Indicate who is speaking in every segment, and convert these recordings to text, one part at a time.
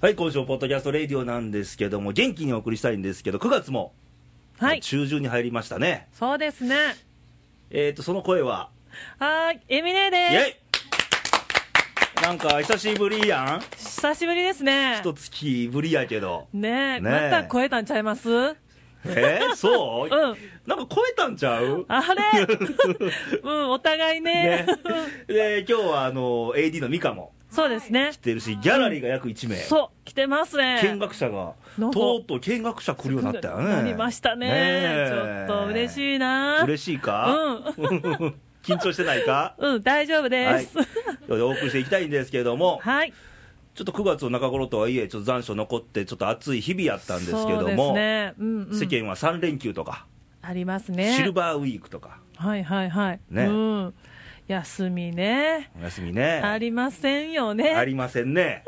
Speaker 1: はい、今週のポッドキャストレディオなんですけども、元気にお送りしたいんですけど、9月も
Speaker 2: はい、
Speaker 1: 中旬に入りましたね。
Speaker 2: そうですね。
Speaker 1: えっ、と、その声は、
Speaker 2: はーい、エミネ
Speaker 1: イ
Speaker 2: で
Speaker 1: ェイなんか久しぶりやん。
Speaker 2: す。久しぶりですね。
Speaker 1: 一月ぶりやけ ど。
Speaker 2: ねえ、
Speaker 1: ねえ
Speaker 2: また超えたんちゃいますうん。
Speaker 1: えー、そう、なんか超えたんちゃう
Speaker 2: あれ うん、お互いね
Speaker 1: ね。で、今日はあの、AD のミカも
Speaker 2: そうですね
Speaker 1: 来。てるし、ギャラリーが約1名。
Speaker 2: そう、来てますね。
Speaker 1: 見学者が、
Speaker 2: なんか
Speaker 1: とうとう見学者来るようになったよね。
Speaker 2: なりましたね。ちょっと嬉
Speaker 1: い。
Speaker 2: しいな。
Speaker 1: 嬉しいうか、
Speaker 2: ん。
Speaker 1: 緊張してないか
Speaker 2: うん、大丈夫です。
Speaker 1: はい、ということでお送りしていきたいんですけれども、
Speaker 2: はい。
Speaker 1: ちょっと9月の中頃とはいえ、ちょっと残暑残って、ちょっと暑い日々やったんですけ
Speaker 2: そう
Speaker 1: ど
Speaker 2: です
Speaker 1: も、
Speaker 2: ね。うん、うん。
Speaker 1: 世間は3連休とか、
Speaker 2: ありますね。
Speaker 1: シルバーウィークとか、
Speaker 2: はいはいはい。
Speaker 1: ね
Speaker 2: うん。休みね。
Speaker 1: お休みね、
Speaker 2: ありませんよね。
Speaker 1: ありませんね。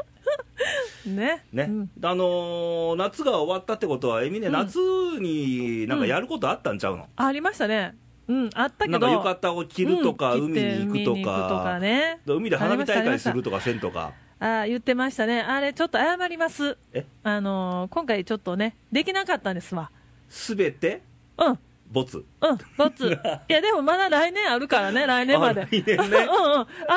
Speaker 2: ね。
Speaker 1: ね
Speaker 2: うん
Speaker 1: あのー夏が終わったってことは、えみね、
Speaker 2: うん
Speaker 1: 夏になんかやることあったんちゃうの、
Speaker 2: ありましたね。うん、あったけ
Speaker 1: な
Speaker 2: ど。
Speaker 1: んか浴衣を着るとか、
Speaker 2: うん
Speaker 1: 海に行くと
Speaker 2: 海に
Speaker 1: か
Speaker 2: ね。
Speaker 1: 海で花火大会する
Speaker 2: と
Speaker 1: とかせんとか、
Speaker 2: あ言ってましたね。あれ、ちょっと謝ります。
Speaker 1: え
Speaker 2: あのー今回ちょっとね、できなかったんですわ。
Speaker 1: すべて
Speaker 2: うん。
Speaker 1: ボツ。
Speaker 2: うん、ボツ。いや、でもまだ来年あるからね、来年まで。
Speaker 1: あ来年
Speaker 2: うんう
Speaker 1: ね
Speaker 2: ん、あ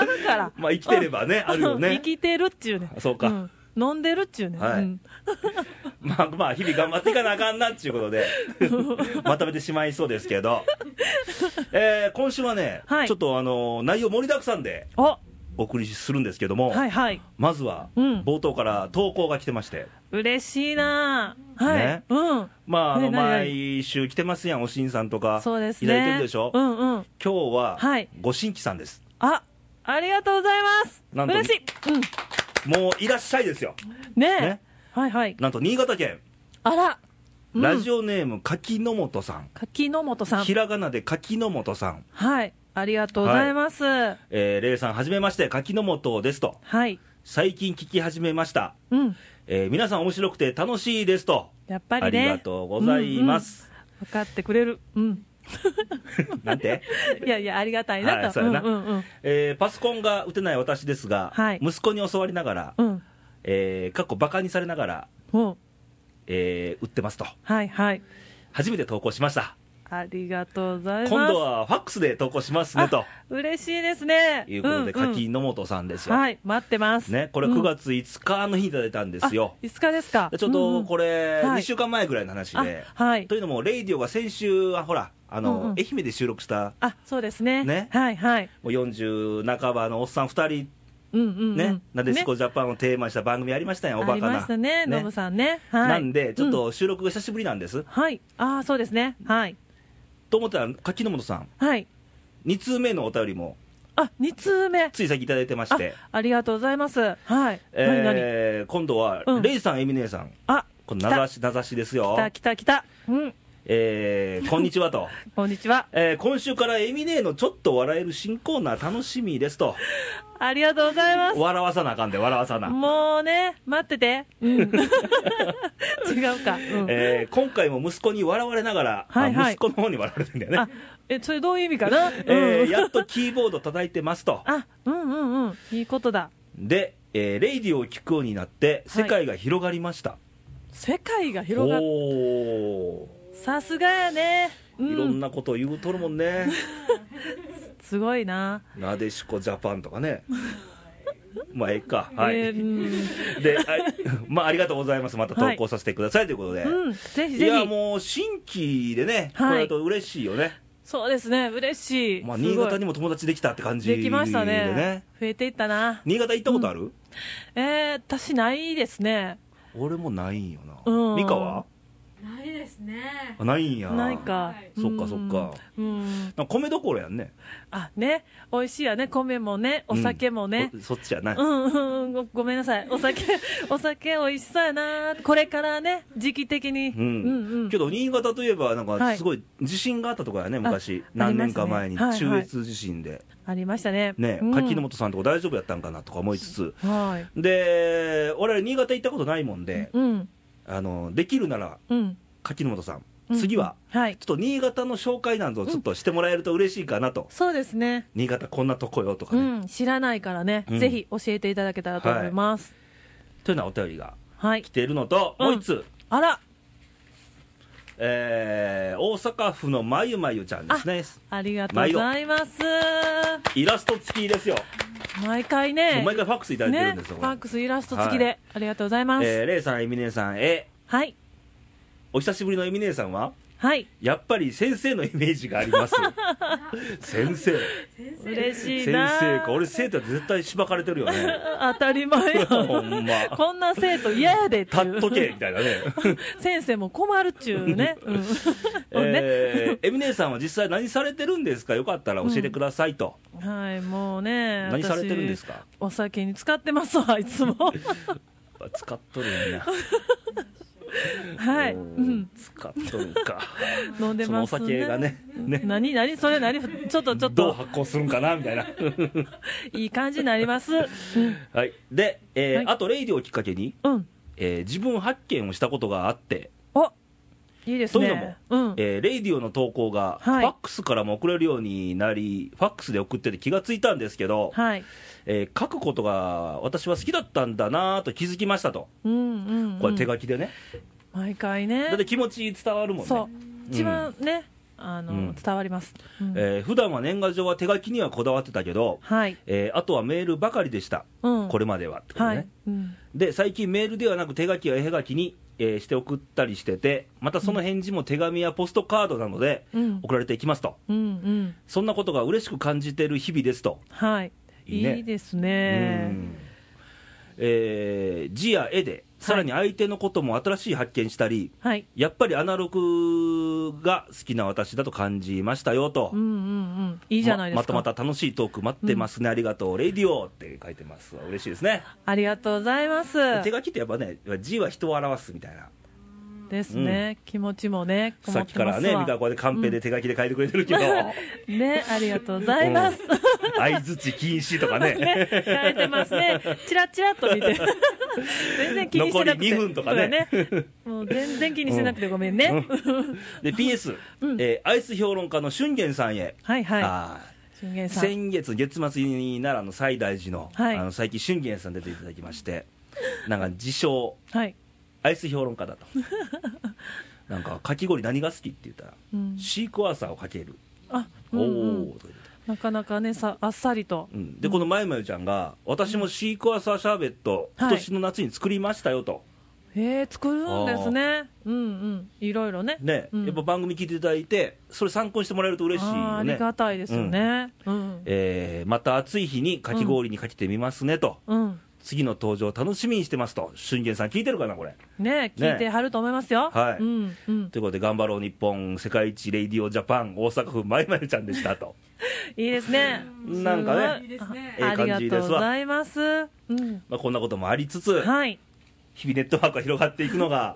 Speaker 2: るから。
Speaker 1: まあ生きてればね、
Speaker 2: うん
Speaker 1: あるよ
Speaker 2: 生
Speaker 1: ね。
Speaker 2: きてるっちゅうね。
Speaker 1: そうか
Speaker 2: ん飲んでるっちゅうね。
Speaker 1: はい
Speaker 2: うん
Speaker 1: まあまあ、日々頑張っていかなあかんなっていうこと で、まとめてしまいそうですけど、えー今週はね、
Speaker 2: はい
Speaker 1: ちょっとあの内容盛りだくさんで
Speaker 2: お、
Speaker 1: お送りするんですけども、
Speaker 2: はいはい。
Speaker 1: まずは
Speaker 2: うん
Speaker 1: 冒頭から投稿が来てまして、
Speaker 2: 嬉しいなぁはい、
Speaker 1: ね
Speaker 2: うん。
Speaker 1: まあ、あの
Speaker 2: ね何々
Speaker 1: 毎週来てますやん、おしんさんとか、
Speaker 2: そうですね。
Speaker 1: いただいてるでしょ、
Speaker 2: うんうん。
Speaker 1: 今日は
Speaker 2: はい
Speaker 1: ご新規さんです、
Speaker 2: あ、ありがとうございます。
Speaker 1: なんと
Speaker 2: 嬉しい。うん。ね
Speaker 1: もういらっしゃいですよ、
Speaker 2: え。
Speaker 1: ね
Speaker 2: はいはい。
Speaker 1: なんと新潟県、
Speaker 2: あら。うん
Speaker 1: ラジオネーム、柿の本さん、
Speaker 2: 柿の本さん
Speaker 1: ひ。らがなで柿の本さん、
Speaker 2: はい。ありがとうございます。はい。
Speaker 1: えー、レイさん、はじめまして、柿の本ですと、最近聞き始めました。
Speaker 2: うん。
Speaker 1: えー皆さん面白くて楽しいですと、
Speaker 2: やっぱ
Speaker 1: あ
Speaker 2: り
Speaker 1: り
Speaker 2: ね。
Speaker 1: がとうございま
Speaker 2: うんうん。
Speaker 1: す。
Speaker 2: 分かってくれる。 うん。
Speaker 1: なんて、
Speaker 2: いやいや、ありがたいなと。
Speaker 1: はいそうやなん
Speaker 2: うんうん。
Speaker 1: えーパソコンが打てない私ですが、
Speaker 2: はい
Speaker 1: 息子に教わりながら、
Speaker 2: うん。
Speaker 1: えー、かっこバカにされながら、
Speaker 2: うん。
Speaker 1: えー打ってますと、
Speaker 2: はいはい。
Speaker 1: 初めて投稿しました、
Speaker 2: ありがとうございます。
Speaker 1: 今度はファックスで投稿しますねと
Speaker 2: あ嬉しいですね。
Speaker 1: いうことで、
Speaker 2: うんうん
Speaker 1: 柿野本さんですよ、
Speaker 2: はい、待ってます。
Speaker 1: ね、これ、
Speaker 2: うん
Speaker 1: 9月5日の日いただいたんですよ
Speaker 2: あ、5日ですか。
Speaker 1: でちょっとこれ、
Speaker 2: はい
Speaker 1: 2週間前ぐらいの話で、
Speaker 2: うんうんあはい
Speaker 1: と。いうのも、レイディオが先週、あほら、あの
Speaker 2: うんうん
Speaker 1: 愛媛で収録した
Speaker 2: あ、そうですね。
Speaker 1: ね
Speaker 2: はいはい。
Speaker 1: もう40半ばのおっさん2人
Speaker 2: うんうんうん。
Speaker 1: ね、なでしこ
Speaker 2: ね
Speaker 1: ジャパンをテーマにした番組ありましたやん、おバカな。
Speaker 2: ありましたね、
Speaker 1: ね
Speaker 2: ノブさんね。はい。
Speaker 1: なんで、ちょっ
Speaker 2: うん
Speaker 1: と収録が久しぶりなんです。
Speaker 2: はい。ああ、そうですね。はい。
Speaker 1: と思ったら、柿本さん、
Speaker 2: はい。
Speaker 1: 2通目のお便りも、
Speaker 2: あ、二通目。
Speaker 1: つい先いただいてま
Speaker 2: あ
Speaker 1: して、、
Speaker 2: ありがとうございます。はい。何々
Speaker 1: えー今度は、
Speaker 2: うん
Speaker 1: レイさん、エミネーさん、
Speaker 2: あ、
Speaker 1: この名指し、名指しですよ
Speaker 2: 来。た来た来た。うん。
Speaker 1: えーこんにちはと。
Speaker 2: こんにちは。
Speaker 1: えー今週からエミネーのちょっと笑える新コーナー楽しみですと。
Speaker 2: ありがとうございます。
Speaker 1: 笑わさなあかんで、笑わさな。
Speaker 2: もうね、待ってて。うん。 違うか。うん。
Speaker 1: えー今回も息子に笑われながら、あ
Speaker 2: はいはい
Speaker 1: 息子の方に笑われてんだよね
Speaker 2: あ。、え、それどういう意味かな。
Speaker 1: え
Speaker 2: う
Speaker 1: ー
Speaker 2: ん。
Speaker 1: やっとキーボード叩いてますと。
Speaker 2: あ、うんうんうん。いいことだ。
Speaker 1: で、えーレイディオを聞くようになって、
Speaker 2: は
Speaker 1: 世
Speaker 2: い
Speaker 1: 界が広がりました。
Speaker 2: 世界が広がっ
Speaker 1: おー
Speaker 2: さすがやね。う
Speaker 1: いろん
Speaker 2: ん。
Speaker 1: なことを言うとるもん ね。
Speaker 2: すごいな。
Speaker 1: なでしこジャパンとか ね。まあ、ええか。はい。
Speaker 2: えーうん
Speaker 1: で、あい まあ、ありがとうございます。また投稿させてください、ということで。
Speaker 2: うん、ぜひ
Speaker 1: い
Speaker 2: ぜ
Speaker 1: や、
Speaker 2: ひ。
Speaker 1: もう、新規でね、
Speaker 2: はい
Speaker 1: これだと嬉しいよね。
Speaker 2: そうですね、嬉しい。
Speaker 1: まあ、
Speaker 2: すごい
Speaker 1: 新潟にも友達できたって感じ
Speaker 2: できました
Speaker 1: で
Speaker 2: ね
Speaker 1: ね。
Speaker 2: 増えていったな。
Speaker 1: 新潟行ったことある、
Speaker 2: えー、私ないですね。
Speaker 1: 俺もないんよな。
Speaker 2: うん
Speaker 1: 美香は
Speaker 3: ないですね
Speaker 1: あないんや。
Speaker 2: ないか。
Speaker 1: そっかそっか
Speaker 2: うん。うん。
Speaker 1: なんか米どころやんね。
Speaker 2: あ、ね、美味しいやね、米もね、お酒もね。
Speaker 1: そそっちじゃない。
Speaker 2: うんうんうんご、ごめんなさい、お酒、 お酒美味しそうやな、これからね、時期的に、
Speaker 1: うん
Speaker 2: うんうん
Speaker 1: けど新潟といえばなん
Speaker 2: は
Speaker 1: か
Speaker 2: い
Speaker 1: すごい地震があったとこやね昔、
Speaker 2: あり
Speaker 1: 何
Speaker 2: ま
Speaker 1: 年
Speaker 2: した
Speaker 1: か
Speaker 2: ね
Speaker 1: 前に
Speaker 2: はいはい
Speaker 1: 中越地震で、
Speaker 2: ありましたね、
Speaker 1: ね
Speaker 2: うん
Speaker 1: 柿本さんとか大丈夫やったんかなとか思いつつ
Speaker 2: はい、
Speaker 1: で俺ら新潟行ったことないもんで、
Speaker 2: うん、
Speaker 1: あのできるなら
Speaker 2: うん、
Speaker 1: 柿本さん
Speaker 2: うん
Speaker 1: 次は、
Speaker 2: はい
Speaker 1: ちょ、っと新潟の紹介なんぞちょっとしてもらえると嬉しいかなと、
Speaker 2: そうですね、
Speaker 1: 新潟こんなとこよとか
Speaker 2: う
Speaker 1: ね、
Speaker 2: ん、知らないからね、
Speaker 1: うん
Speaker 2: ぜひ教えていただけたらと思います。
Speaker 1: というようなお便りが
Speaker 2: はい
Speaker 1: 来。ているのと、もう一つ、
Speaker 2: あら、
Speaker 1: えー大阪府のまゆまゆちゃんですね。
Speaker 2: ありがとうございます。
Speaker 1: イラスト付きですよ。
Speaker 2: 毎回ね、
Speaker 1: もう毎回ファックスいただいてるん
Speaker 2: ね
Speaker 1: ですよ、、
Speaker 2: フ
Speaker 1: これ
Speaker 2: ァックスイラスト付きで、
Speaker 1: は
Speaker 2: ありがとうございます。
Speaker 1: えー、レイさん、エミネさんへ、
Speaker 2: はい、
Speaker 1: お久しぶりのエミネさんは、
Speaker 2: はい、
Speaker 1: やっぱり先生のイメージがあり ます。先生、
Speaker 2: 嬉しい
Speaker 1: 先
Speaker 2: な。
Speaker 1: 生か、俺、生徒は絶対しばかれてるよね。
Speaker 2: 当たり前よ
Speaker 1: ほんま
Speaker 2: こんな生徒嫌やでって
Speaker 1: 立
Speaker 2: いう
Speaker 1: っとけみたいなね。
Speaker 2: 先生も困るっちゅ うね,、うん ね
Speaker 1: えー、エミネさんは実際何されてるんですかよかったら教えてくださいと。
Speaker 2: はいもうね
Speaker 1: 何されてるん
Speaker 2: 私
Speaker 1: ですか
Speaker 2: お酒に使ってますわ いつ
Speaker 1: や
Speaker 2: も
Speaker 1: っぱ使っとるんや。
Speaker 2: はい、う
Speaker 1: うん
Speaker 2: ん、
Speaker 1: 使っとるんか。
Speaker 2: 飲んで
Speaker 1: その
Speaker 2: ま
Speaker 1: お
Speaker 2: すね
Speaker 1: 酒がね、ね、
Speaker 2: 何何それ何ちょっとちょっ
Speaker 1: どう
Speaker 2: と
Speaker 1: 発行するんかなみたいな。
Speaker 2: いい感じになり ますうん、
Speaker 1: はい。で、えー
Speaker 2: はい
Speaker 1: あと、レイディをきっかけに、
Speaker 2: うん、
Speaker 1: えー自分発見をしたことがあって、
Speaker 2: おいいです
Speaker 1: と
Speaker 2: ね
Speaker 1: いうのも、
Speaker 2: うん、
Speaker 1: えーレイディオの投稿が、
Speaker 2: はい
Speaker 1: ファックスからも送れるようになり、ファックスで送ってて気がついたんですけど、
Speaker 2: はい
Speaker 1: えー書くことが私は好きだったんだなぁと気づきましたと、
Speaker 2: うんうん、うん、
Speaker 1: これ、手書きでね、
Speaker 2: 毎回ね
Speaker 1: だって気持ち伝わるもんね。
Speaker 2: そう
Speaker 1: うん
Speaker 2: 一番ね、あの
Speaker 1: うん
Speaker 2: 伝わります、うん
Speaker 1: えー普段は年賀状は手書きにはこだわってたけど、
Speaker 2: はい、
Speaker 1: えーあとはメールばかりでした、
Speaker 2: うん、
Speaker 1: これまではってことね、
Speaker 2: はい、うん、
Speaker 1: で最近メールではなく手書きや絵描きに、えーして送ったりしててまたその返事も手紙やポストカードなので
Speaker 2: うん、
Speaker 1: 送られていきますと、
Speaker 2: うん、うん、
Speaker 1: そんなことが嬉しく感じてる日々ですと、
Speaker 2: はい、
Speaker 1: い
Speaker 2: い
Speaker 1: いね
Speaker 2: いです
Speaker 1: う
Speaker 2: ね、
Speaker 1: んえー字や絵でさらに相手のことも新しい発見したり、
Speaker 2: はい、
Speaker 1: やっぱりアナログが好きな私だと感じましたよと、
Speaker 2: うん、うん、うん、いいじゃないですか、
Speaker 1: ままたまた楽しいトーク待ってますね、ありがとう、レディオって書いてます、嬉しいですね。
Speaker 2: ありがとうございます、
Speaker 1: 手書きってやっぱね、字は人を表すみたいな、
Speaker 2: ですね、気持ちもね、こ
Speaker 1: さ
Speaker 2: も
Speaker 1: ってきからね、
Speaker 2: ますわ
Speaker 1: みかこでカンペで手書きで書いてくれて るけど、
Speaker 2: ね、ありがとうございます、
Speaker 1: 相づち禁止とかね、
Speaker 2: ね、書いてますね、チラチラっと 見て、全然気にしてなく
Speaker 1: 残
Speaker 2: て、
Speaker 1: り二分とかね
Speaker 2: そうだね、もう全然気にしてなくてごめんね、
Speaker 1: で PS、えーアイス評論家の俊元さんへ。
Speaker 2: はいは
Speaker 1: あー
Speaker 2: い、俊元さん、
Speaker 1: 先月、月末に奈良の西大寺の,、
Speaker 2: はい
Speaker 1: あの最近、俊元さん出ていただきまして、なんか自称、
Speaker 2: はい、
Speaker 1: アイス評論家 だと、なんかかき氷、何が好きって言ったら、
Speaker 2: うん、
Speaker 1: シークワーサーをかける、
Speaker 2: あ、
Speaker 1: お
Speaker 2: うんうん
Speaker 1: おーとか言って
Speaker 2: なかなかねさあっさりと、
Speaker 1: うんでこのまゆまゆちゃんが、私もシークワーサーシャーベット、
Speaker 2: は
Speaker 1: 今
Speaker 2: い
Speaker 1: 年の夏に作りましたよと、
Speaker 2: へえ作るんですねうんうんいろいろね
Speaker 1: ね
Speaker 2: うん
Speaker 1: やっぱ番組聞いていただいて、それ参考にしてもらえると嬉しい
Speaker 2: あー
Speaker 1: よ
Speaker 2: あ
Speaker 1: ね
Speaker 2: り、がたいですよねうん、
Speaker 1: えーまた暑い日にかき氷にかけてみますねと、
Speaker 2: うん、
Speaker 1: 次の登場、楽しみにしてますと、俊元さん、聞いてるかな、これ。
Speaker 2: ね聞いてはると思いますよ、
Speaker 1: はい
Speaker 2: うんうん、
Speaker 1: ということで、頑張ろう日本、世界一レイディオジャパン、大阪府まゆまゆちゃんでしたと、
Speaker 2: いいですね
Speaker 1: なんかね
Speaker 2: すごい
Speaker 1: ええ
Speaker 2: ああ
Speaker 1: 感
Speaker 2: りが
Speaker 1: じ
Speaker 2: と
Speaker 1: で
Speaker 2: う
Speaker 1: す
Speaker 2: ご
Speaker 1: わ
Speaker 2: ざいます、うん、
Speaker 1: まあ、こんなこともありつつ、
Speaker 2: はい
Speaker 1: 日々ネットワークが広がっていくの が、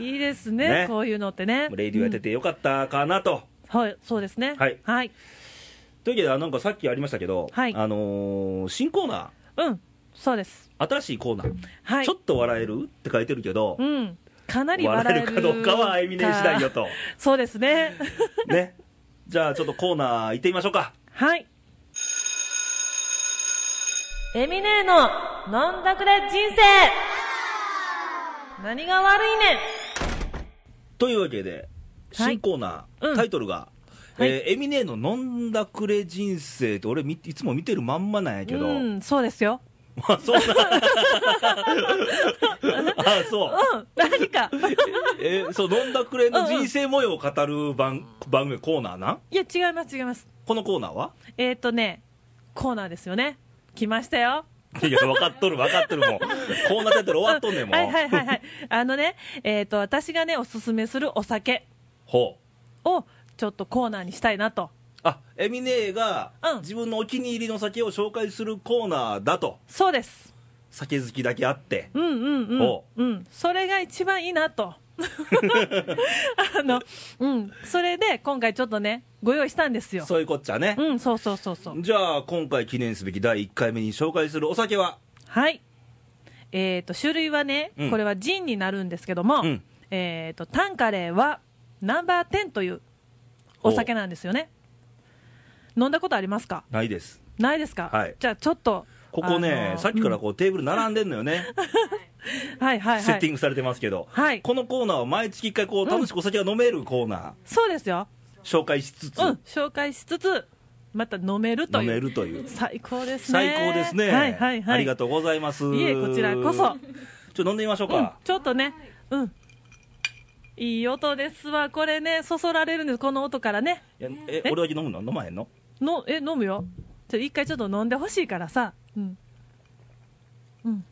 Speaker 2: いいですね
Speaker 1: ね
Speaker 2: こういうのってね
Speaker 1: レイディオやっててよかったかなと。
Speaker 2: うんはいそうですね
Speaker 1: はい
Speaker 2: はい、
Speaker 1: というわけであ、なんかさっきありましたけど、
Speaker 2: はい
Speaker 1: あのー新コーナ
Speaker 2: うんそうです
Speaker 1: ー、新しいコーナー、
Speaker 2: はい
Speaker 1: ちょっと笑えるって書いてるけど、
Speaker 2: うんかなり
Speaker 1: 笑
Speaker 2: 笑
Speaker 1: え
Speaker 2: え
Speaker 1: る
Speaker 2: る
Speaker 1: かどうかは、あゆみね次第よ
Speaker 2: か
Speaker 1: と、
Speaker 2: そうですね
Speaker 1: ね、じゃあちょっとコーナー行ってみましょうか、
Speaker 2: はい。エミネーの飲んだくれ人生何が悪いねん
Speaker 1: というわけで、
Speaker 2: はい
Speaker 1: 新コーナー、
Speaker 2: うん
Speaker 1: タイトルが、
Speaker 2: はい
Speaker 1: えーエミネの飲んだくれ人生って、俺、みいつも見てるまんまなんやけど、
Speaker 2: うん、そうですよ。
Speaker 1: ま あ、そうなん あそう
Speaker 2: うん、 何か。
Speaker 1: えーそう飲んだくれの人生模様を語る番番組コーナーなん
Speaker 2: いや、違います、違います。
Speaker 1: このコーナー は
Speaker 2: えっ、ー、とね、コーナーですよね。来ましたよ。
Speaker 1: いや分かっとる分かっとるもうコーナータイトル終わっとんねんもう、
Speaker 2: はいはいはいはい。あのね、えっ、ー、と、私がね、おすすめするお酒
Speaker 1: ほう
Speaker 2: を、ちょっとコーナーにしたいなと。
Speaker 1: あエミネーが
Speaker 2: うん
Speaker 1: 自分のお気に入りの酒を紹介するコーナーだと
Speaker 2: そうです。
Speaker 1: 酒好きだけあって
Speaker 2: うんうんうん
Speaker 1: お、
Speaker 2: うん、それが一番いいなと あの、うん、それで今回ちょっとねご用意したんですよ
Speaker 1: そういうこっちゃね、
Speaker 2: うんそうそうそうそう
Speaker 1: じゃあ今回記念すべき第1回目に紹介するお酒は
Speaker 2: はいえー、と種類はね、
Speaker 1: うん
Speaker 2: これはジンになるんですけども、
Speaker 1: うん
Speaker 2: えー、とタンカレーはナンバー10というお酒なんですよね飲んだことありますか
Speaker 1: ないです
Speaker 2: ないですか、
Speaker 1: はい
Speaker 2: じゃあちょっと
Speaker 1: ここ
Speaker 2: あ
Speaker 1: ね
Speaker 2: のー
Speaker 1: さっきからこうテーブル並んでん のよね、
Speaker 2: はいはい
Speaker 1: セ
Speaker 2: は
Speaker 1: ッティン
Speaker 2: い
Speaker 1: グされてますけど、
Speaker 2: はい
Speaker 1: このコーナーは毎月1回こう楽しくお酒が飲めるコーナー
Speaker 2: そうですよ
Speaker 1: 紹介しつつ、
Speaker 2: うん紹介しつつまた飲めると
Speaker 1: 飲
Speaker 2: いう
Speaker 1: めるという
Speaker 2: 最高ですね
Speaker 1: 最高ですね、
Speaker 2: はいはいはい
Speaker 1: ありがとうございます
Speaker 2: いえこちらこそ
Speaker 1: ちょっと飲んでみましょう
Speaker 2: うん
Speaker 1: か、、
Speaker 2: ちょっとね、うん、いい音ですわ、これね、そそられるんです、この音からね、
Speaker 1: いやえ俺だけ飲むの飲まへんの
Speaker 2: のえ飲むよ、ちょ一回ちょっと飲んでほしいからさ、うん、うん、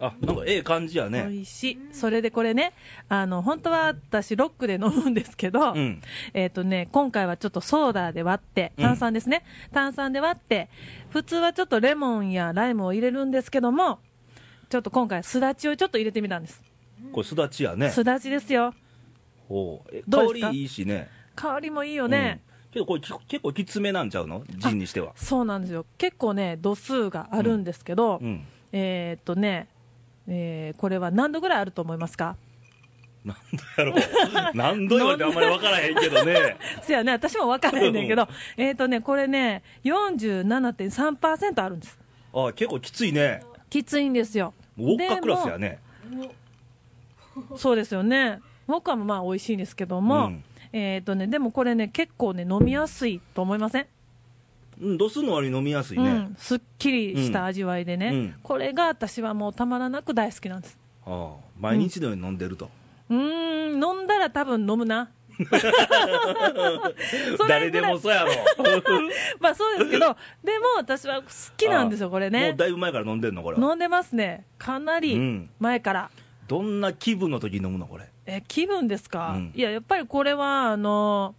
Speaker 1: あなんかええ感じや
Speaker 2: 美
Speaker 1: ね
Speaker 2: 味しい、それでこれね、あの本当は私、ロックで飲むんですけど、
Speaker 1: うん
Speaker 2: えっ、とね、今回はちょっとソーダで割って、炭酸ですね、炭酸で割って、普通はちょっとレモンやライムを入れるんですけども、ちょっと今回、すだちをちょっと入れてみたんです、
Speaker 1: これすだちやね
Speaker 2: すだちですよ、
Speaker 1: おうえ
Speaker 2: ど
Speaker 1: 香
Speaker 2: うですか
Speaker 1: りいいしね
Speaker 2: 香りもいいよね。
Speaker 1: うんけどこれき結構きつめなんちゃうのジンにしては
Speaker 2: そうなんですよ結構ね度数があるんですけど、
Speaker 1: うん
Speaker 2: えーっとね、えーこれは何度ぐらいあると思いますか
Speaker 1: なんだ ろう何度言われてあんまり分からへんけどね
Speaker 2: せやね私も分からへんねん けどえーっとねこれね47.3%あるんです
Speaker 1: あ結構きついね
Speaker 2: きついんですよ
Speaker 1: ウォッカクラスやね
Speaker 2: そうですよね僕はまあ美味しいんですけども、
Speaker 1: うん
Speaker 2: えーっとねでもこれね結構ね飲みやすいと思いません
Speaker 1: うん度数の割に飲みやすいうね、
Speaker 2: ん、すっきりした味わいでね、
Speaker 1: うんうん
Speaker 2: これが私はもうたまらなく大好きなんです
Speaker 1: ああ毎日のように飲んでると、
Speaker 2: うーん飲んだら多分飲むな それ
Speaker 1: 誰
Speaker 2: ぐ
Speaker 1: で
Speaker 2: らい
Speaker 1: もそうやろ
Speaker 2: まあそうです けどでも私は好きなんですよこれ
Speaker 1: も
Speaker 2: ね
Speaker 1: うだいぶ前から飲んでんのこれは
Speaker 2: 飲んでますねかな
Speaker 1: う
Speaker 2: り
Speaker 1: ん
Speaker 2: 前から、
Speaker 1: どんな気分の時に飲むのこれ
Speaker 2: え気分ですか、
Speaker 1: うん
Speaker 2: いややっぱりこれはあの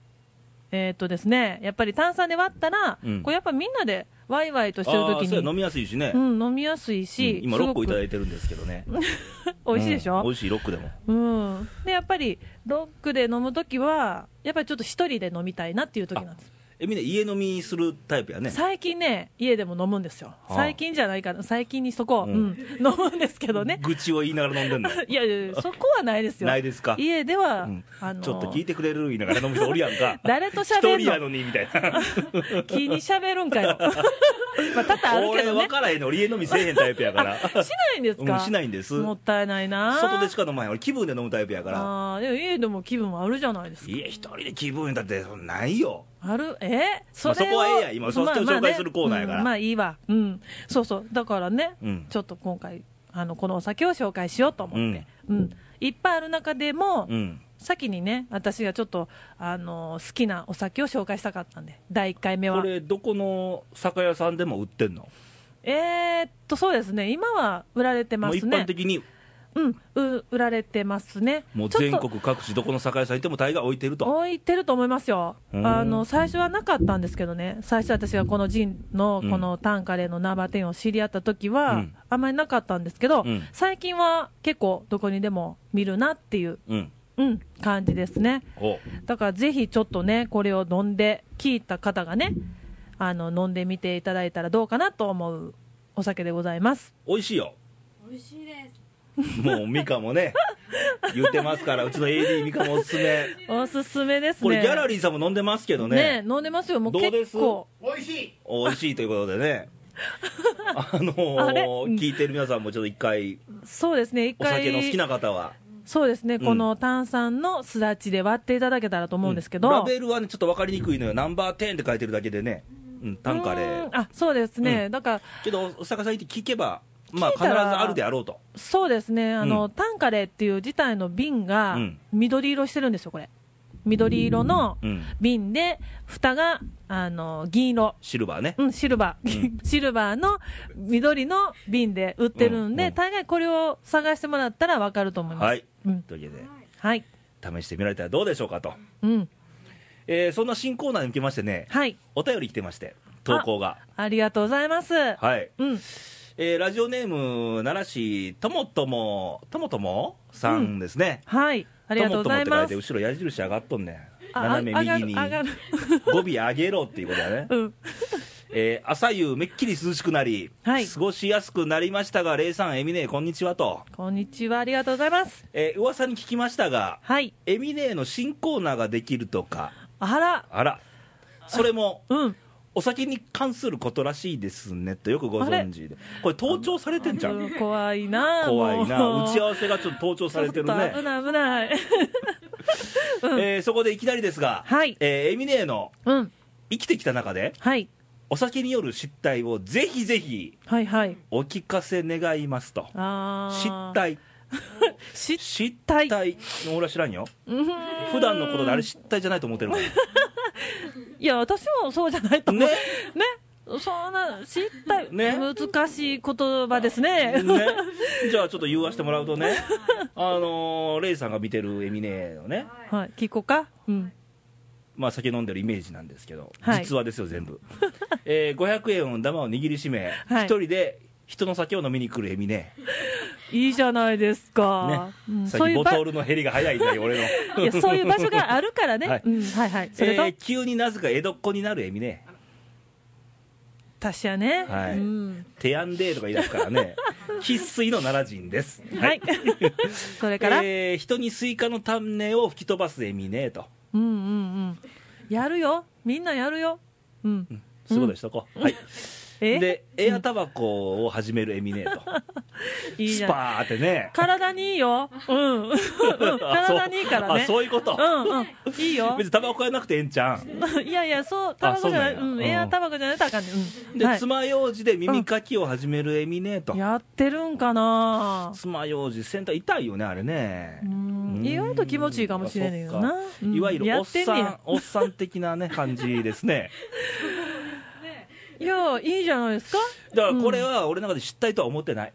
Speaker 2: えーっとですねやっぱり炭酸で割ったら、
Speaker 1: うん
Speaker 2: これやっぱみんなでワイワイとしてる
Speaker 1: ああ
Speaker 2: 時
Speaker 1: そうや飲
Speaker 2: に
Speaker 1: みやすいしね、
Speaker 2: うん、飲みやすいし、
Speaker 1: うん今
Speaker 2: す
Speaker 1: ロ
Speaker 2: ご
Speaker 1: ック
Speaker 2: く
Speaker 1: いただいてるんですけどね
Speaker 2: 美味しいでし
Speaker 1: うん美
Speaker 2: ょ、
Speaker 1: 味しいロックでも
Speaker 2: うんでやっぱりロックで飲む時はやっぱりちょっと一人で飲みたいなっていう時なんです
Speaker 1: えみんな家飲みするタイプやね
Speaker 2: 最近ね家でも飲むんですよ、
Speaker 1: あ
Speaker 2: 最近じゃないかな最近にそこ、
Speaker 1: う
Speaker 2: うんん飲むんですけどね
Speaker 1: 愚痴を言いながら飲んでんの
Speaker 2: いやいやいやそこはないですよ
Speaker 1: ないですか
Speaker 2: 家では、
Speaker 1: うん
Speaker 2: あの
Speaker 1: ちょっと聞いてくれる言いながら飲む人おるやんか
Speaker 2: 誰と
Speaker 1: 一
Speaker 2: 喋
Speaker 1: 人や
Speaker 2: るの
Speaker 1: のにみたいな
Speaker 2: 気に喋る んかよまあ多々あるけ
Speaker 1: 俺
Speaker 2: ど
Speaker 1: 分
Speaker 2: ね
Speaker 1: からへんの俺家飲みせえへんタイプやから
Speaker 2: しないんですか、
Speaker 1: うんしないんです
Speaker 2: もったいないな
Speaker 1: 外でしか飲まへん俺気分で飲むタイプやから
Speaker 2: あーでも家でも気分はあるじゃないですか
Speaker 1: いや一人で気分だってそんなんないよ
Speaker 2: あるえそ
Speaker 1: まあ
Speaker 2: れ
Speaker 1: そこはええや今そっちを紹介するコーナーやから
Speaker 2: まあまあねうんまあいいわうんそうそうだからね、
Speaker 1: うん
Speaker 2: ちょっと今回あのこのお酒を紹介しようと思って、うんいっぱいある中でも、
Speaker 1: うん
Speaker 2: 先にね私がちょっとあの好きなお酒を紹介したかったんで第1回目
Speaker 1: こ
Speaker 2: は
Speaker 1: れどこの酒屋さんでも売ってんの
Speaker 2: えー、っとそうですね今は売られてま
Speaker 1: もう一
Speaker 2: すね
Speaker 1: 般的に
Speaker 2: うんう売られてますね
Speaker 1: もう
Speaker 2: ちょっ
Speaker 1: 全
Speaker 2: と
Speaker 1: 国各地どこの酒屋さん行っても大概置いてると
Speaker 2: 置いてると思いますよ、
Speaker 1: うん
Speaker 2: あの最初はなかったんですけどね、最初、私がこのジンのこのタンカレーの生店を知り合った時は、
Speaker 1: うん
Speaker 2: あまりなかったんですけ
Speaker 1: う
Speaker 2: ど、
Speaker 1: ん
Speaker 2: 最近は結構、どこにでも見るなっていう、
Speaker 1: うん
Speaker 2: うん、感じですね、
Speaker 1: お
Speaker 2: だからぜひちょっとね、これを飲んで、聞いた方がね、あの飲んでみていただいたらどうかなと思うお酒でございます。
Speaker 1: 美味しいよ
Speaker 3: 美味しいです。
Speaker 1: もうミカも ね言ってますからうちの AD ミカもおすすめ
Speaker 2: おすすめですね。
Speaker 1: これギャラリーさんも飲んでますけどね
Speaker 2: ね飲んでますよ、もう
Speaker 1: どうです
Speaker 2: 結構。
Speaker 4: 美味しい
Speaker 1: 美味しいということでね あの
Speaker 2: あれ
Speaker 1: ー、聞いてる皆さんもちょっと一回
Speaker 2: そうですね、一
Speaker 1: お
Speaker 2: 回。
Speaker 1: 酒の好きな方は
Speaker 2: そうですね、
Speaker 1: ん
Speaker 2: この炭酸のすだちで割っていただけたらと思うんですけど、
Speaker 1: ラベルはねちょっと分かりにくいのよナンバー10って書いてるだけでね、うん、タンカレ
Speaker 2: う
Speaker 1: ー
Speaker 2: んあそうですね、
Speaker 1: うん
Speaker 2: だから、
Speaker 1: けどお酒屋さん行って聞けばまあ
Speaker 2: 聞い
Speaker 1: 必ず
Speaker 2: たら
Speaker 1: あるであろうと
Speaker 2: そうですね、あの
Speaker 1: うん
Speaker 2: タンカレーっていう自体の瓶が
Speaker 1: うん
Speaker 2: 緑色してるんですよ、これ、緑色の
Speaker 1: うん
Speaker 2: 瓶で、蓋があの銀色、
Speaker 1: シルバーね
Speaker 2: うん、シルバー、 シルバーの緑の瓶で売ってるんで、
Speaker 1: うんうん
Speaker 2: 大概これを探してもらったら分かると思います。
Speaker 1: はい
Speaker 2: うん
Speaker 1: というわけで
Speaker 2: はい
Speaker 1: 試してみられたらどうでしょうかと、
Speaker 2: うん
Speaker 1: えーそんな新コーナーに向けましてね、
Speaker 2: はい、
Speaker 1: お便り来てまして投稿が
Speaker 2: ありがとうございます。
Speaker 1: はい、
Speaker 2: うん、
Speaker 1: えーラジオネーム奈良市ともともともともさんですね、
Speaker 2: はい、ありがとうござい
Speaker 1: ともとも
Speaker 2: ま
Speaker 1: って
Speaker 2: す
Speaker 1: 書い。て後ろ矢印上がっとんねん
Speaker 2: あ
Speaker 1: 斜め右に
Speaker 2: あ上がる
Speaker 1: 語尾上げろっていうことだね
Speaker 2: 上が、るうん
Speaker 1: えー朝夕めっきり涼しくなり、
Speaker 2: はい
Speaker 1: 過ごしやすくなりましたがレイさんエミネーこんにちはと、
Speaker 2: こんにちはありがとうございます
Speaker 1: えー噂に聞きましたが
Speaker 2: はい
Speaker 1: エミネーの新コーナーができるとか
Speaker 2: あら
Speaker 1: あらそれも
Speaker 2: うん
Speaker 1: お酒に関することらしいですねとよくご存知でこれ盗聴されてんじゃん
Speaker 2: うん怖いなあ
Speaker 1: 怖いな
Speaker 2: もう
Speaker 1: 打ち合わせがちょっと盗聴されてる
Speaker 2: ちょっ
Speaker 1: ね
Speaker 2: と危ない危ない
Speaker 1: えーそこでいきなりですが、
Speaker 2: はい
Speaker 1: えーエミネーの
Speaker 2: うん
Speaker 1: 生きてきた中で
Speaker 2: はい
Speaker 1: お酒による失態をぜひぜひ
Speaker 2: はいはい
Speaker 1: お聞かせ願いますと
Speaker 2: あ
Speaker 1: 失
Speaker 2: ー
Speaker 1: 態
Speaker 2: 失
Speaker 1: 失態
Speaker 2: 態
Speaker 1: の俺は知らんよ
Speaker 2: うん
Speaker 1: 普段のことであれ失態じゃないと思ってるもん
Speaker 2: いや私もそうじゃないと 思う
Speaker 1: ね
Speaker 2: ねそんな知った、
Speaker 1: ね
Speaker 2: 難しい言葉ですね
Speaker 1: ね、じゃあちょっと言わしてもらうとね、あのーレイさんが見てるエミネーのね、
Speaker 2: はい聞こうかうん
Speaker 1: まあ、酒飲んでるイメージなんですけど、
Speaker 2: はい
Speaker 1: 実話ですよ、全 部、えー500円の玉を握りしめ、一、
Speaker 2: はい
Speaker 1: 人で人の酒を飲みに来るエミネ
Speaker 2: いいじゃないです
Speaker 1: ー、ね
Speaker 2: か、うん、
Speaker 1: 最
Speaker 2: そう
Speaker 1: 近
Speaker 2: いう
Speaker 1: ボ
Speaker 2: 場
Speaker 1: トルの減りが早いんだよ、俺の。
Speaker 2: いやそういう場所があるからね、
Speaker 1: は
Speaker 2: はいいうん、はいはい それと、
Speaker 1: えー急になぜか江戸っ子になるエミネー、
Speaker 2: 達者ね
Speaker 1: はい
Speaker 2: うん
Speaker 1: テヤンデーとか言い出すから ね、生粋の奈良人です。
Speaker 2: はい それから、
Speaker 1: えー人にスイカの種を吹き飛ばすエミネーと、
Speaker 2: うんうんうんやるよみんなやるようん
Speaker 1: そういうことにしとこう。はい
Speaker 2: え
Speaker 1: でエアタバコを始めるエミネーと、
Speaker 2: いいじ
Speaker 1: ス
Speaker 2: ゃん
Speaker 1: パーってね、
Speaker 2: 体にいいよう んうん体にいいから
Speaker 1: あ
Speaker 2: ね
Speaker 1: そういうこと
Speaker 2: う、んうんいいよ
Speaker 1: 別にタバコやなくてええんちゃん、
Speaker 2: いやいやそうタバコじゃない
Speaker 1: そううなんや
Speaker 2: ん
Speaker 1: うん
Speaker 2: エアタバコじゃないとあかんねうん
Speaker 1: で、
Speaker 2: はい
Speaker 1: 爪楊枝で耳かきを始めるエミネーと、
Speaker 2: やってるんかな
Speaker 1: 爪楊枝、先端痛いよね、あれね
Speaker 2: う。ん意外と気持ちいいかもしれないよ
Speaker 1: あ
Speaker 2: な
Speaker 1: そっか
Speaker 2: うん
Speaker 1: いわゆる
Speaker 2: や
Speaker 1: おっ
Speaker 2: って
Speaker 1: さ
Speaker 2: み
Speaker 1: ん
Speaker 2: や、
Speaker 1: おっさん的なね、感じですね。
Speaker 2: いやいいじゃないですか
Speaker 1: だからこれは俺の中で失態とは思ってない。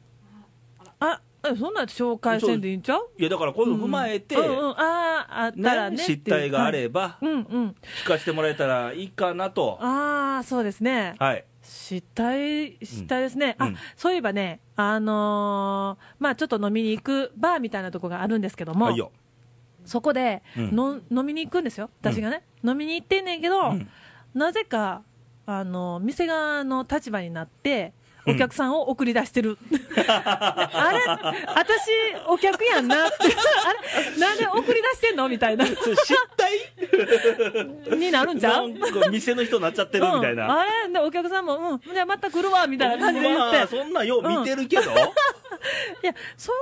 Speaker 2: あえそんなん紹介せんでいいんちゃう
Speaker 1: いや、だからこういうの踏まえて、
Speaker 2: うんうん、あああったらね
Speaker 1: ね、失態があ
Speaker 2: っていう
Speaker 1: れば、
Speaker 2: はいうんうん
Speaker 1: 聞かせてもらえたらいいかなと。
Speaker 2: ああそうですね
Speaker 1: はい。
Speaker 2: 失態失態ですね、
Speaker 1: うんうん
Speaker 2: あそういえばねあのーまあちょっと飲みに行くバーみたいなとこがあるんですけども、
Speaker 1: はいよ。
Speaker 2: そこで、
Speaker 1: うん
Speaker 2: の飲みに行くんですよ私がね、飲みに行ってんねんけど、
Speaker 1: ん
Speaker 2: なぜかあの店側の立場になって
Speaker 1: うん
Speaker 2: お客さんを送り 出してる、あれ私お客やんなって あれなんで送り出してんのみたいな
Speaker 1: それ失態
Speaker 2: になるんじゃ
Speaker 1: な
Speaker 2: うん
Speaker 1: か店の人になっちゃってるみたいな。
Speaker 2: うん、あれでお客さんも、うん、じゃあまた来るわみたいな感じで言って、
Speaker 1: まあ、そんなんよう見てるけど、
Speaker 2: いや、そ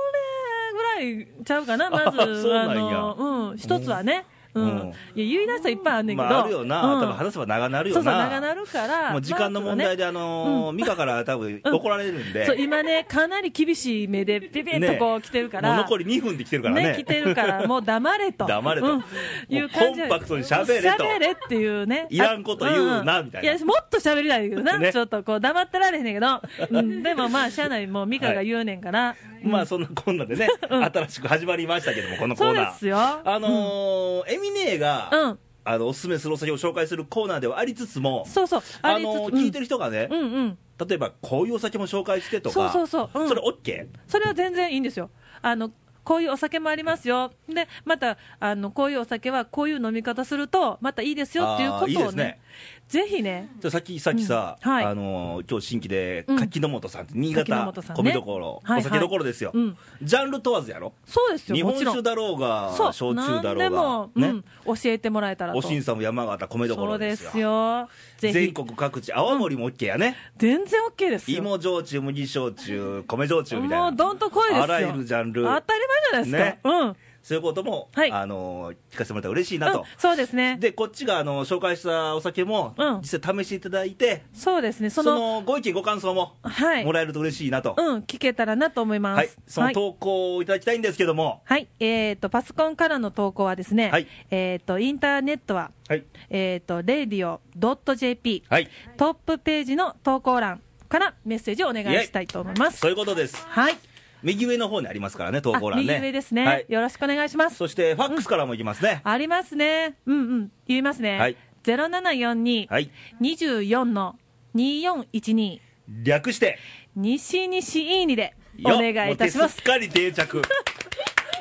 Speaker 2: れぐらいちゃうかな、まず、
Speaker 1: あそうなんや
Speaker 2: のうん、一つはね、
Speaker 1: う
Speaker 2: うんん
Speaker 1: うん
Speaker 2: いや言い出したらいっぱいあんねんけ
Speaker 1: ま
Speaker 2: ど、
Speaker 1: あ、あるよな、
Speaker 2: うん
Speaker 1: 多分話せば長なるよ
Speaker 2: そ
Speaker 1: な、
Speaker 2: うそう、長なるから、
Speaker 1: もう時間の問題
Speaker 2: で、
Speaker 1: で、あのー美香から多分
Speaker 2: うん
Speaker 1: 怒られるんで、
Speaker 2: そう今ね、かなり厳しい目で、ピピッとこう来てるから、
Speaker 1: もう残り2分で来てるからね、
Speaker 2: 来てるから、もう黙れと、
Speaker 1: 黙れと
Speaker 2: うん
Speaker 1: もう
Speaker 2: いう感じ
Speaker 1: コンパクトに喋れと
Speaker 2: 喋れっていうね、
Speaker 1: いらんこと言うなみたいな
Speaker 2: や、もっと喋りたいけどな、
Speaker 1: ね
Speaker 2: ちょっとこう、黙ってられへんねんけど、うんでもまあ、社内もう美香が言うねんから、
Speaker 1: まあそんなこんなでね、新しく始まりましたけども、このコ
Speaker 2: そ
Speaker 1: ー
Speaker 2: う
Speaker 1: ナ
Speaker 2: で
Speaker 1: ー。
Speaker 2: すよ。
Speaker 1: あのーエミネーが、
Speaker 2: うん
Speaker 1: あのおすすめするお酒を紹介するコーナーではありつつも、
Speaker 2: そうそう、
Speaker 1: あ
Speaker 2: りつつ
Speaker 1: のー
Speaker 2: うん
Speaker 1: 聞いてる人がね、
Speaker 2: うんうん、
Speaker 1: 例えばこういうお酒も紹介してとか、
Speaker 2: そうそうそううん
Speaker 1: それ OK?
Speaker 2: それは全然いいんですよ。あのこういうお酒もありますよ、でまたあのこういうお酒はこういう飲み方すると、またいいですよっていうことを
Speaker 1: あーいいですね
Speaker 2: ぜひね、
Speaker 1: じゃあさっきさっきさ、
Speaker 2: うんはい
Speaker 1: あのー今日新規で
Speaker 2: うん
Speaker 1: 柿の本さんって新潟
Speaker 2: 柿の本さんね
Speaker 1: 米どころ、
Speaker 2: はいはい
Speaker 1: お酒どころですよ、
Speaker 2: うん
Speaker 1: ジャンル問わずやろ
Speaker 2: そうですよ、
Speaker 1: 日本
Speaker 2: もちろ
Speaker 1: 酒
Speaker 2: ん、
Speaker 1: だろうが
Speaker 2: そう、
Speaker 1: 焼酎だ
Speaker 2: 何
Speaker 1: ろ
Speaker 2: でも、
Speaker 1: うが、ね
Speaker 2: うん、教えてもらえたらと、
Speaker 1: おしんさんも山形米どこ
Speaker 2: そ
Speaker 1: ろ
Speaker 2: うで
Speaker 1: ですよ
Speaker 2: すよ、ぜ
Speaker 1: 全
Speaker 2: ひ、
Speaker 1: 国各地青森も OK やね、
Speaker 2: 全然 OK ですよ、
Speaker 1: 芋焼酎麦焼酎米焼酎みたい
Speaker 2: も
Speaker 1: な
Speaker 2: うどんと来いですよ、
Speaker 1: あらゆるジャンル
Speaker 2: 当たり前じゃないですか、うん、
Speaker 1: そういうことも、
Speaker 2: はい
Speaker 1: あのー聞かせてもらったら嬉しいな
Speaker 2: う
Speaker 1: と
Speaker 2: ん、、そうですね、
Speaker 1: でこっちがあの紹介したお酒も、
Speaker 2: うん
Speaker 1: 実際試していただいて
Speaker 2: そうですね、
Speaker 1: そ
Speaker 2: その、
Speaker 1: のご意見ご感想も
Speaker 2: はい
Speaker 1: も、らえると嬉しいなと、
Speaker 2: うん、聞けたらなと思います。
Speaker 1: はい、その
Speaker 2: はい
Speaker 1: 投稿をいただきたいんですけども、
Speaker 2: はい、えっ、と、パソコンからの投稿はですね、
Speaker 1: はい
Speaker 2: えっ、と、インターネットは、
Speaker 1: はい、
Speaker 2: えっ、と、radio.jp、
Speaker 1: はい、
Speaker 2: トップページの投稿欄からメッセージをお願いしたいと思います
Speaker 1: そう。いうことです、
Speaker 2: はい、
Speaker 1: 右上の方にありますからね、投
Speaker 2: あ
Speaker 1: 稿欄
Speaker 2: 右
Speaker 1: ね、
Speaker 2: 上ですね、
Speaker 1: はい、
Speaker 2: よろしくお願いします。
Speaker 1: そしてファックスからもいきますね、
Speaker 2: ありますね。うんうん、言いますね。
Speaker 1: はい
Speaker 2: 0742、
Speaker 1: はい、
Speaker 2: 24の2412、
Speaker 1: 略して、
Speaker 2: 西西いいにでお
Speaker 1: よ
Speaker 2: 願いいたしま
Speaker 1: もう手す
Speaker 2: す
Speaker 1: っ。かり定着、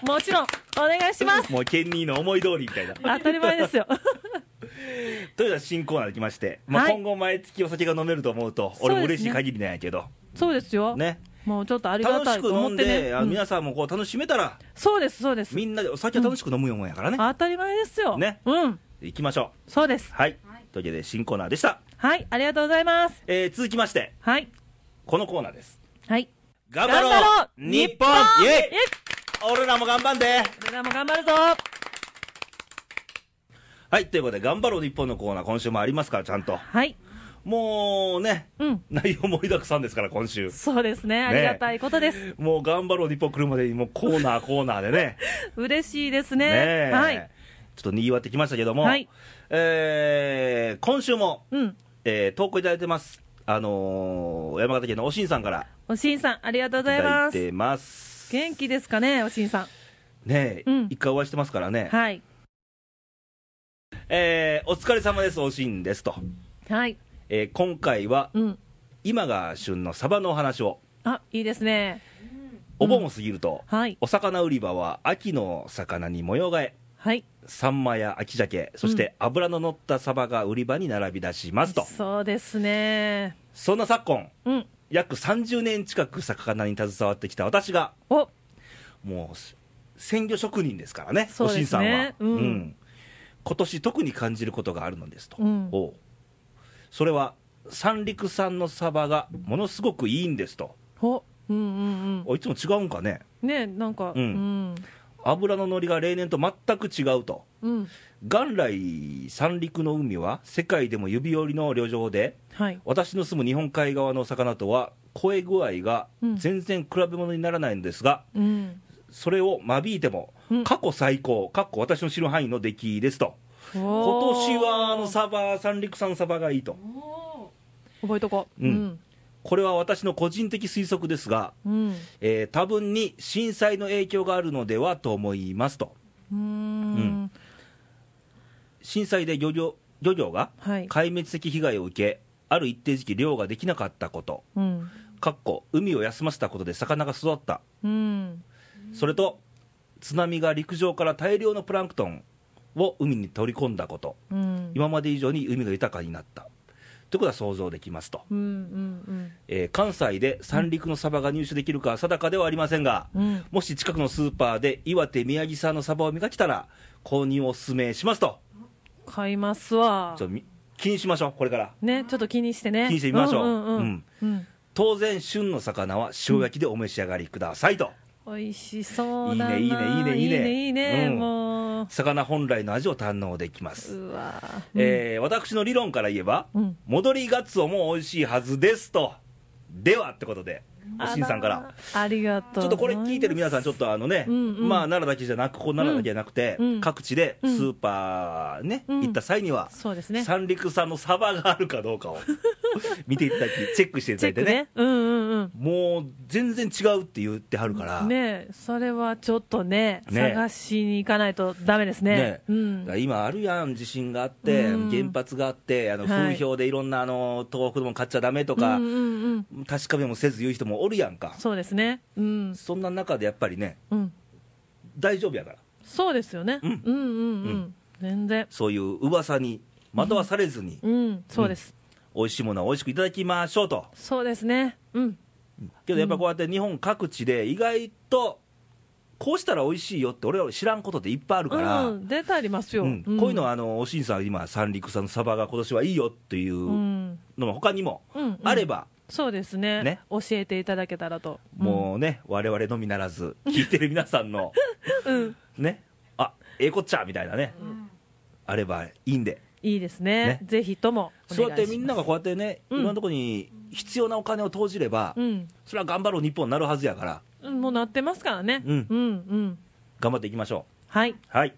Speaker 2: もちろん、お願い します。
Speaker 1: もうケンニーの思い通りみたいな。
Speaker 2: 当たり前です よ。
Speaker 1: というのは新コーナーできまして、まあ、
Speaker 2: はい
Speaker 1: 今後、毎月お酒が飲めると思うと、俺も嬉しい限りなんやけど、
Speaker 2: そうですよ。
Speaker 1: ね
Speaker 2: もうちょっとありが
Speaker 1: 楽
Speaker 2: た
Speaker 1: し
Speaker 2: い
Speaker 1: く
Speaker 2: と思
Speaker 1: 飲
Speaker 2: っ
Speaker 1: ん
Speaker 2: て
Speaker 1: で、
Speaker 2: ね。
Speaker 1: あの
Speaker 2: うん
Speaker 1: 皆さんもこう楽しめたら、
Speaker 2: そうです、そうです。
Speaker 1: みんなでお酒は楽しく飲むよもんやからね、
Speaker 2: 当たり前ですよ。
Speaker 1: ね
Speaker 2: うん。
Speaker 1: 行きましょ
Speaker 2: そうです
Speaker 1: う。。はい、というわけで新コーナーでした。
Speaker 2: はい、ありがとうございます。
Speaker 1: えー続きまして、
Speaker 2: はい。
Speaker 1: このコーナーです。
Speaker 2: はい。
Speaker 1: 頑張ろう
Speaker 2: 頑張ろう
Speaker 1: 日本イェイ俺らも頑張んで
Speaker 2: 俺らも頑張るぞ
Speaker 1: はい、ということで、頑張ろう日本のコーナー、今週もありますから、ちゃんと。
Speaker 2: はい。
Speaker 1: もうね、
Speaker 2: うん。
Speaker 1: 内容盛りだくさんですから、今週。
Speaker 2: そうですね。ありがたいことです。
Speaker 1: もう頑張ろう日本来るまでに、もうコーナー、コーナーでね。
Speaker 2: 嬉しいです
Speaker 1: ね
Speaker 2: ね。
Speaker 1: え
Speaker 2: はい。
Speaker 1: ちょっとにぎわってきましたけども、
Speaker 2: はい
Speaker 1: えー今週も、
Speaker 2: うん。
Speaker 1: えー投稿いただいてます。あのー山形県のおしんさんから
Speaker 2: おしんさん、ありがとう
Speaker 1: い
Speaker 2: ござい
Speaker 1: ただ
Speaker 2: ま
Speaker 1: い
Speaker 2: す。
Speaker 1: てます。
Speaker 2: 元気ですかね、おしんさん。
Speaker 1: ねえ、
Speaker 2: うん
Speaker 1: 一回お会いしてますからね。
Speaker 2: はい。
Speaker 1: えーお疲れ様です、おしんですと。
Speaker 2: はい。
Speaker 1: えー今回は、
Speaker 2: うん。
Speaker 1: 今が旬のサバのお話を。
Speaker 2: あ、いいですね。
Speaker 1: お盆を過ぎると、
Speaker 2: はい。
Speaker 1: お魚売り場は秋の魚に模様替え。
Speaker 2: はい。
Speaker 1: サンマや秋鮭、そして脂の乗ったサバが売り場に並び出しますと。
Speaker 2: そうですね。
Speaker 1: そんな昨今、
Speaker 2: うん。
Speaker 1: 約30年近く魚に携わってきた私が、
Speaker 2: お、
Speaker 1: もう鮮魚職人ですからね、
Speaker 2: そう
Speaker 1: おし
Speaker 2: ですね
Speaker 1: んさんは、
Speaker 2: うん
Speaker 1: 今年特に感じることがあるのですと、
Speaker 2: うん
Speaker 1: おうそれは三陸産のサバがものすごくいいんですと、
Speaker 2: お、うんうん
Speaker 1: おいつも違うんかね、
Speaker 2: うん。ね、なんか、
Speaker 1: う
Speaker 2: うん。
Speaker 1: 油の乗りが例年と全く違うと、
Speaker 2: うん。
Speaker 1: 元来、三陸の海は世界でも指折りの漁場で、
Speaker 2: はい。
Speaker 1: 私の住む日本海側の魚とは、超え具合が全然比べ物にならないのですが、
Speaker 2: うん。
Speaker 1: それを間引いても
Speaker 2: うん、
Speaker 1: 過去最高、過去私の知る範囲の出来ですと、
Speaker 2: 今
Speaker 1: 今年はあのサバ、三陸産サバがいいと、
Speaker 2: 覚えとこう。
Speaker 1: う。これは私の個人的推測ですが、
Speaker 2: うん。
Speaker 1: えー多分に震災の影響があるのではと思いますと、
Speaker 2: うーん。
Speaker 1: 震災で漁業漁業が
Speaker 2: はい。
Speaker 1: 壊滅的被害を受け、ある一定時期、漁ができなかったこと、
Speaker 2: うん。
Speaker 1: かっこ海を休ませたことで魚が育った、
Speaker 2: うん。
Speaker 1: それと津波が陸上から大量のプランクトンを海に取り込んだこと。
Speaker 2: うん。
Speaker 1: 今まで以上に海が豊かになったということは想像できますと、
Speaker 2: うんうん
Speaker 1: えー関西で三陸のサバが入手できるかは定かではありませんが、
Speaker 2: うん。うん。
Speaker 1: もし近くのスーパーで岩手、宮城産のサバを見かけたら、購入をお勧めしますと、
Speaker 2: 買いますわ
Speaker 1: ちょっとみ気にしましょう、これから。
Speaker 2: ねちょっと気にしてね
Speaker 1: 気にしてみましょうん
Speaker 2: うんうん
Speaker 1: 当然、旬の魚は塩焼きでお召し上がりくださいと、
Speaker 2: うん美味しそうだない
Speaker 1: いねいいねいいねいいね
Speaker 2: いいね
Speaker 1: うん
Speaker 2: もう
Speaker 1: 魚本来の味を堪能できます。
Speaker 2: うわ
Speaker 1: えー私の理論から言えば、
Speaker 2: うん
Speaker 1: 戻りガツオも美味しいはずですと、ではってことで、おしんさんから。
Speaker 2: あらありがとう
Speaker 1: ちょっとこれ聞いてる皆さん、ちょっとあのね、
Speaker 2: うんうん
Speaker 1: まあ奈良だけじゃなく、ここ奈良だけじゃなくて、
Speaker 2: うん
Speaker 1: 各地でスーパーね、
Speaker 2: うん
Speaker 1: 行った際には、
Speaker 2: そうですね
Speaker 1: 三陸産のサバがあるかどうかを見ていた だき、チェックしていた
Speaker 2: チ
Speaker 1: だいて
Speaker 2: ェック
Speaker 1: ね、
Speaker 2: ねうんうん
Speaker 1: もう全然違うって言ってはるから、
Speaker 2: うんねそれはちょっとね
Speaker 1: ね
Speaker 2: 探しに行かないとダメですね
Speaker 1: ね
Speaker 2: うん
Speaker 1: 今あるやん、地震があって、
Speaker 2: うん
Speaker 1: 原発があって、あの
Speaker 2: はい
Speaker 1: 風評でいろんなあの東北のもん買っちゃだめとか、
Speaker 2: うんうんうん
Speaker 1: 確かめもせず言う人もおるやんか、
Speaker 2: そうですねうん
Speaker 1: そんな中でやっぱりね、
Speaker 2: うん
Speaker 1: 大丈夫やから、
Speaker 2: そうですよね
Speaker 1: う
Speaker 2: うんんうんうん全然
Speaker 1: そういう噂に惑わされずに。
Speaker 2: うんそうです
Speaker 1: 美味しいものは美味しくいただきましょうと、
Speaker 2: そうですねうん
Speaker 1: けどやっぱこうやって日本各地で、意外とこうしたら美味しいよって、俺ら知らんことっていっぱいあるから、
Speaker 2: うん、出てありますよ、
Speaker 1: うんこういうのはあのおしんさん、今、三陸産のサバが今年はいいよっていう
Speaker 2: う
Speaker 1: うんのも、他にも
Speaker 2: うんうん
Speaker 1: あれば、
Speaker 2: そうですね
Speaker 1: ね
Speaker 2: 教えていただけたらと
Speaker 1: もうね、我々のみならず、聞いてる皆さん の、
Speaker 2: うん、うん
Speaker 1: ね、あええこっちゃみたいなね、あればいいんで。
Speaker 2: いいですね
Speaker 1: ね
Speaker 2: ぜひともお
Speaker 1: そ
Speaker 2: 願
Speaker 1: うやっ
Speaker 2: いします
Speaker 1: てみんながこうやってね、
Speaker 2: うん
Speaker 1: 今のところに必要なお金を投じれば、
Speaker 2: うん
Speaker 1: それは頑張ろう日本になるはずやから、
Speaker 2: うんもうなってますからね
Speaker 1: うん
Speaker 2: うんうん
Speaker 1: 頑張っていきましょう。
Speaker 2: はい
Speaker 1: はい。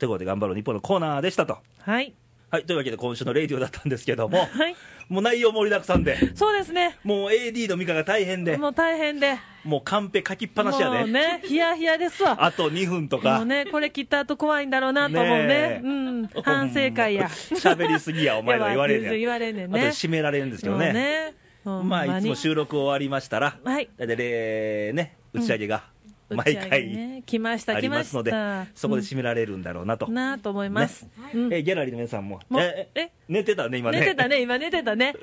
Speaker 1: ということで、頑張ろう日本のコーナーでしたと。
Speaker 2: はい
Speaker 1: はい、というわけで今週のレイディオだったんですけども、
Speaker 2: はい
Speaker 1: もう内容盛りだくさんで、
Speaker 2: そうですね
Speaker 1: もう AD のミカが大変で、
Speaker 2: もう大変で
Speaker 1: もうカンペ書きっぱなしや
Speaker 2: も
Speaker 1: で、
Speaker 2: うねヒヤヒヤですわ
Speaker 1: あと2分と
Speaker 2: も
Speaker 1: か、
Speaker 2: うねこれ切った後怖いんだろうなと思うね
Speaker 1: ねえ
Speaker 2: うん反省会や
Speaker 1: 喋りすぎ や、お 前ら言われるねん。
Speaker 2: 言われんねん
Speaker 1: あとで
Speaker 2: ね
Speaker 1: 締められるんですけど
Speaker 2: もう
Speaker 1: ね。
Speaker 2: ねほん
Speaker 1: まあ、いつ
Speaker 2: に
Speaker 1: も収録終わりましたら、
Speaker 2: はい
Speaker 1: だいたいれね、打ち上げが
Speaker 2: 打ち
Speaker 1: 毎
Speaker 2: 上げ
Speaker 1: 回
Speaker 2: ね、来まし
Speaker 1: あ
Speaker 2: た
Speaker 1: り
Speaker 2: 来
Speaker 1: ま
Speaker 2: まし
Speaker 1: すので
Speaker 2: た、
Speaker 1: そこで締められるんだろうなと。
Speaker 2: うんなあと思います、うん
Speaker 1: えーギャラリーの皆さんも、
Speaker 2: もう
Speaker 1: えー
Speaker 2: え
Speaker 1: 寝てたね、今ね。
Speaker 2: 寝てたね今寝てた ね、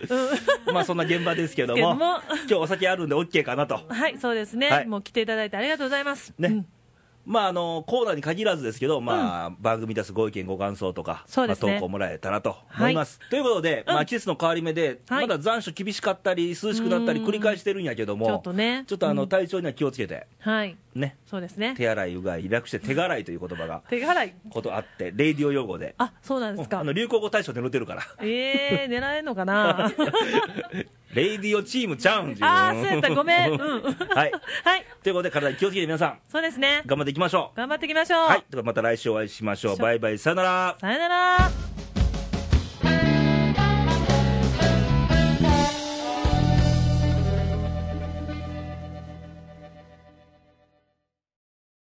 Speaker 2: う
Speaker 1: まあそんな現場ですけども、
Speaker 2: けども
Speaker 1: 今日お酒あるんで OK かなと、
Speaker 2: ん、はいそうですね、
Speaker 1: はい
Speaker 2: もう来ていただいてありがとうございます
Speaker 1: ね
Speaker 2: うん
Speaker 1: まあ、あのコーナーに限らずですけど、まあ番組出すご意見、ご感想とか、
Speaker 2: そうですね
Speaker 1: まあ、投稿もらえたらと思います。ということで、まあ、季節の変わり目で、
Speaker 2: は
Speaker 1: ま
Speaker 2: い
Speaker 1: だ残暑厳しかったり、涼しくなったり、
Speaker 2: うん
Speaker 1: 繰り返してるんやけども、
Speaker 2: ちょっとね
Speaker 1: ちょっとあの
Speaker 2: うん
Speaker 1: 体調には気をつけて、
Speaker 2: はい
Speaker 1: ね、
Speaker 2: そうですね
Speaker 1: 手洗い、うがい、略して手洗いという言葉が
Speaker 2: 手洗い
Speaker 1: ことあって、レイディオ用語で、
Speaker 2: あそうなんです
Speaker 1: あ
Speaker 2: か
Speaker 1: の流行語大賞で載ってるから、
Speaker 2: えー、狙えんの かな
Speaker 1: レイディオチームちゃうんじ
Speaker 2: ああそうやったごめんうん
Speaker 1: はい、
Speaker 2: はい
Speaker 1: ということで、体に気をつけて皆さん、
Speaker 2: そうですね
Speaker 1: 頑張っていきましょう。
Speaker 2: 頑張っていきましょう、
Speaker 1: はい、ではまた来週お会いしましょう。バイバイ、さよなら。
Speaker 2: さよなら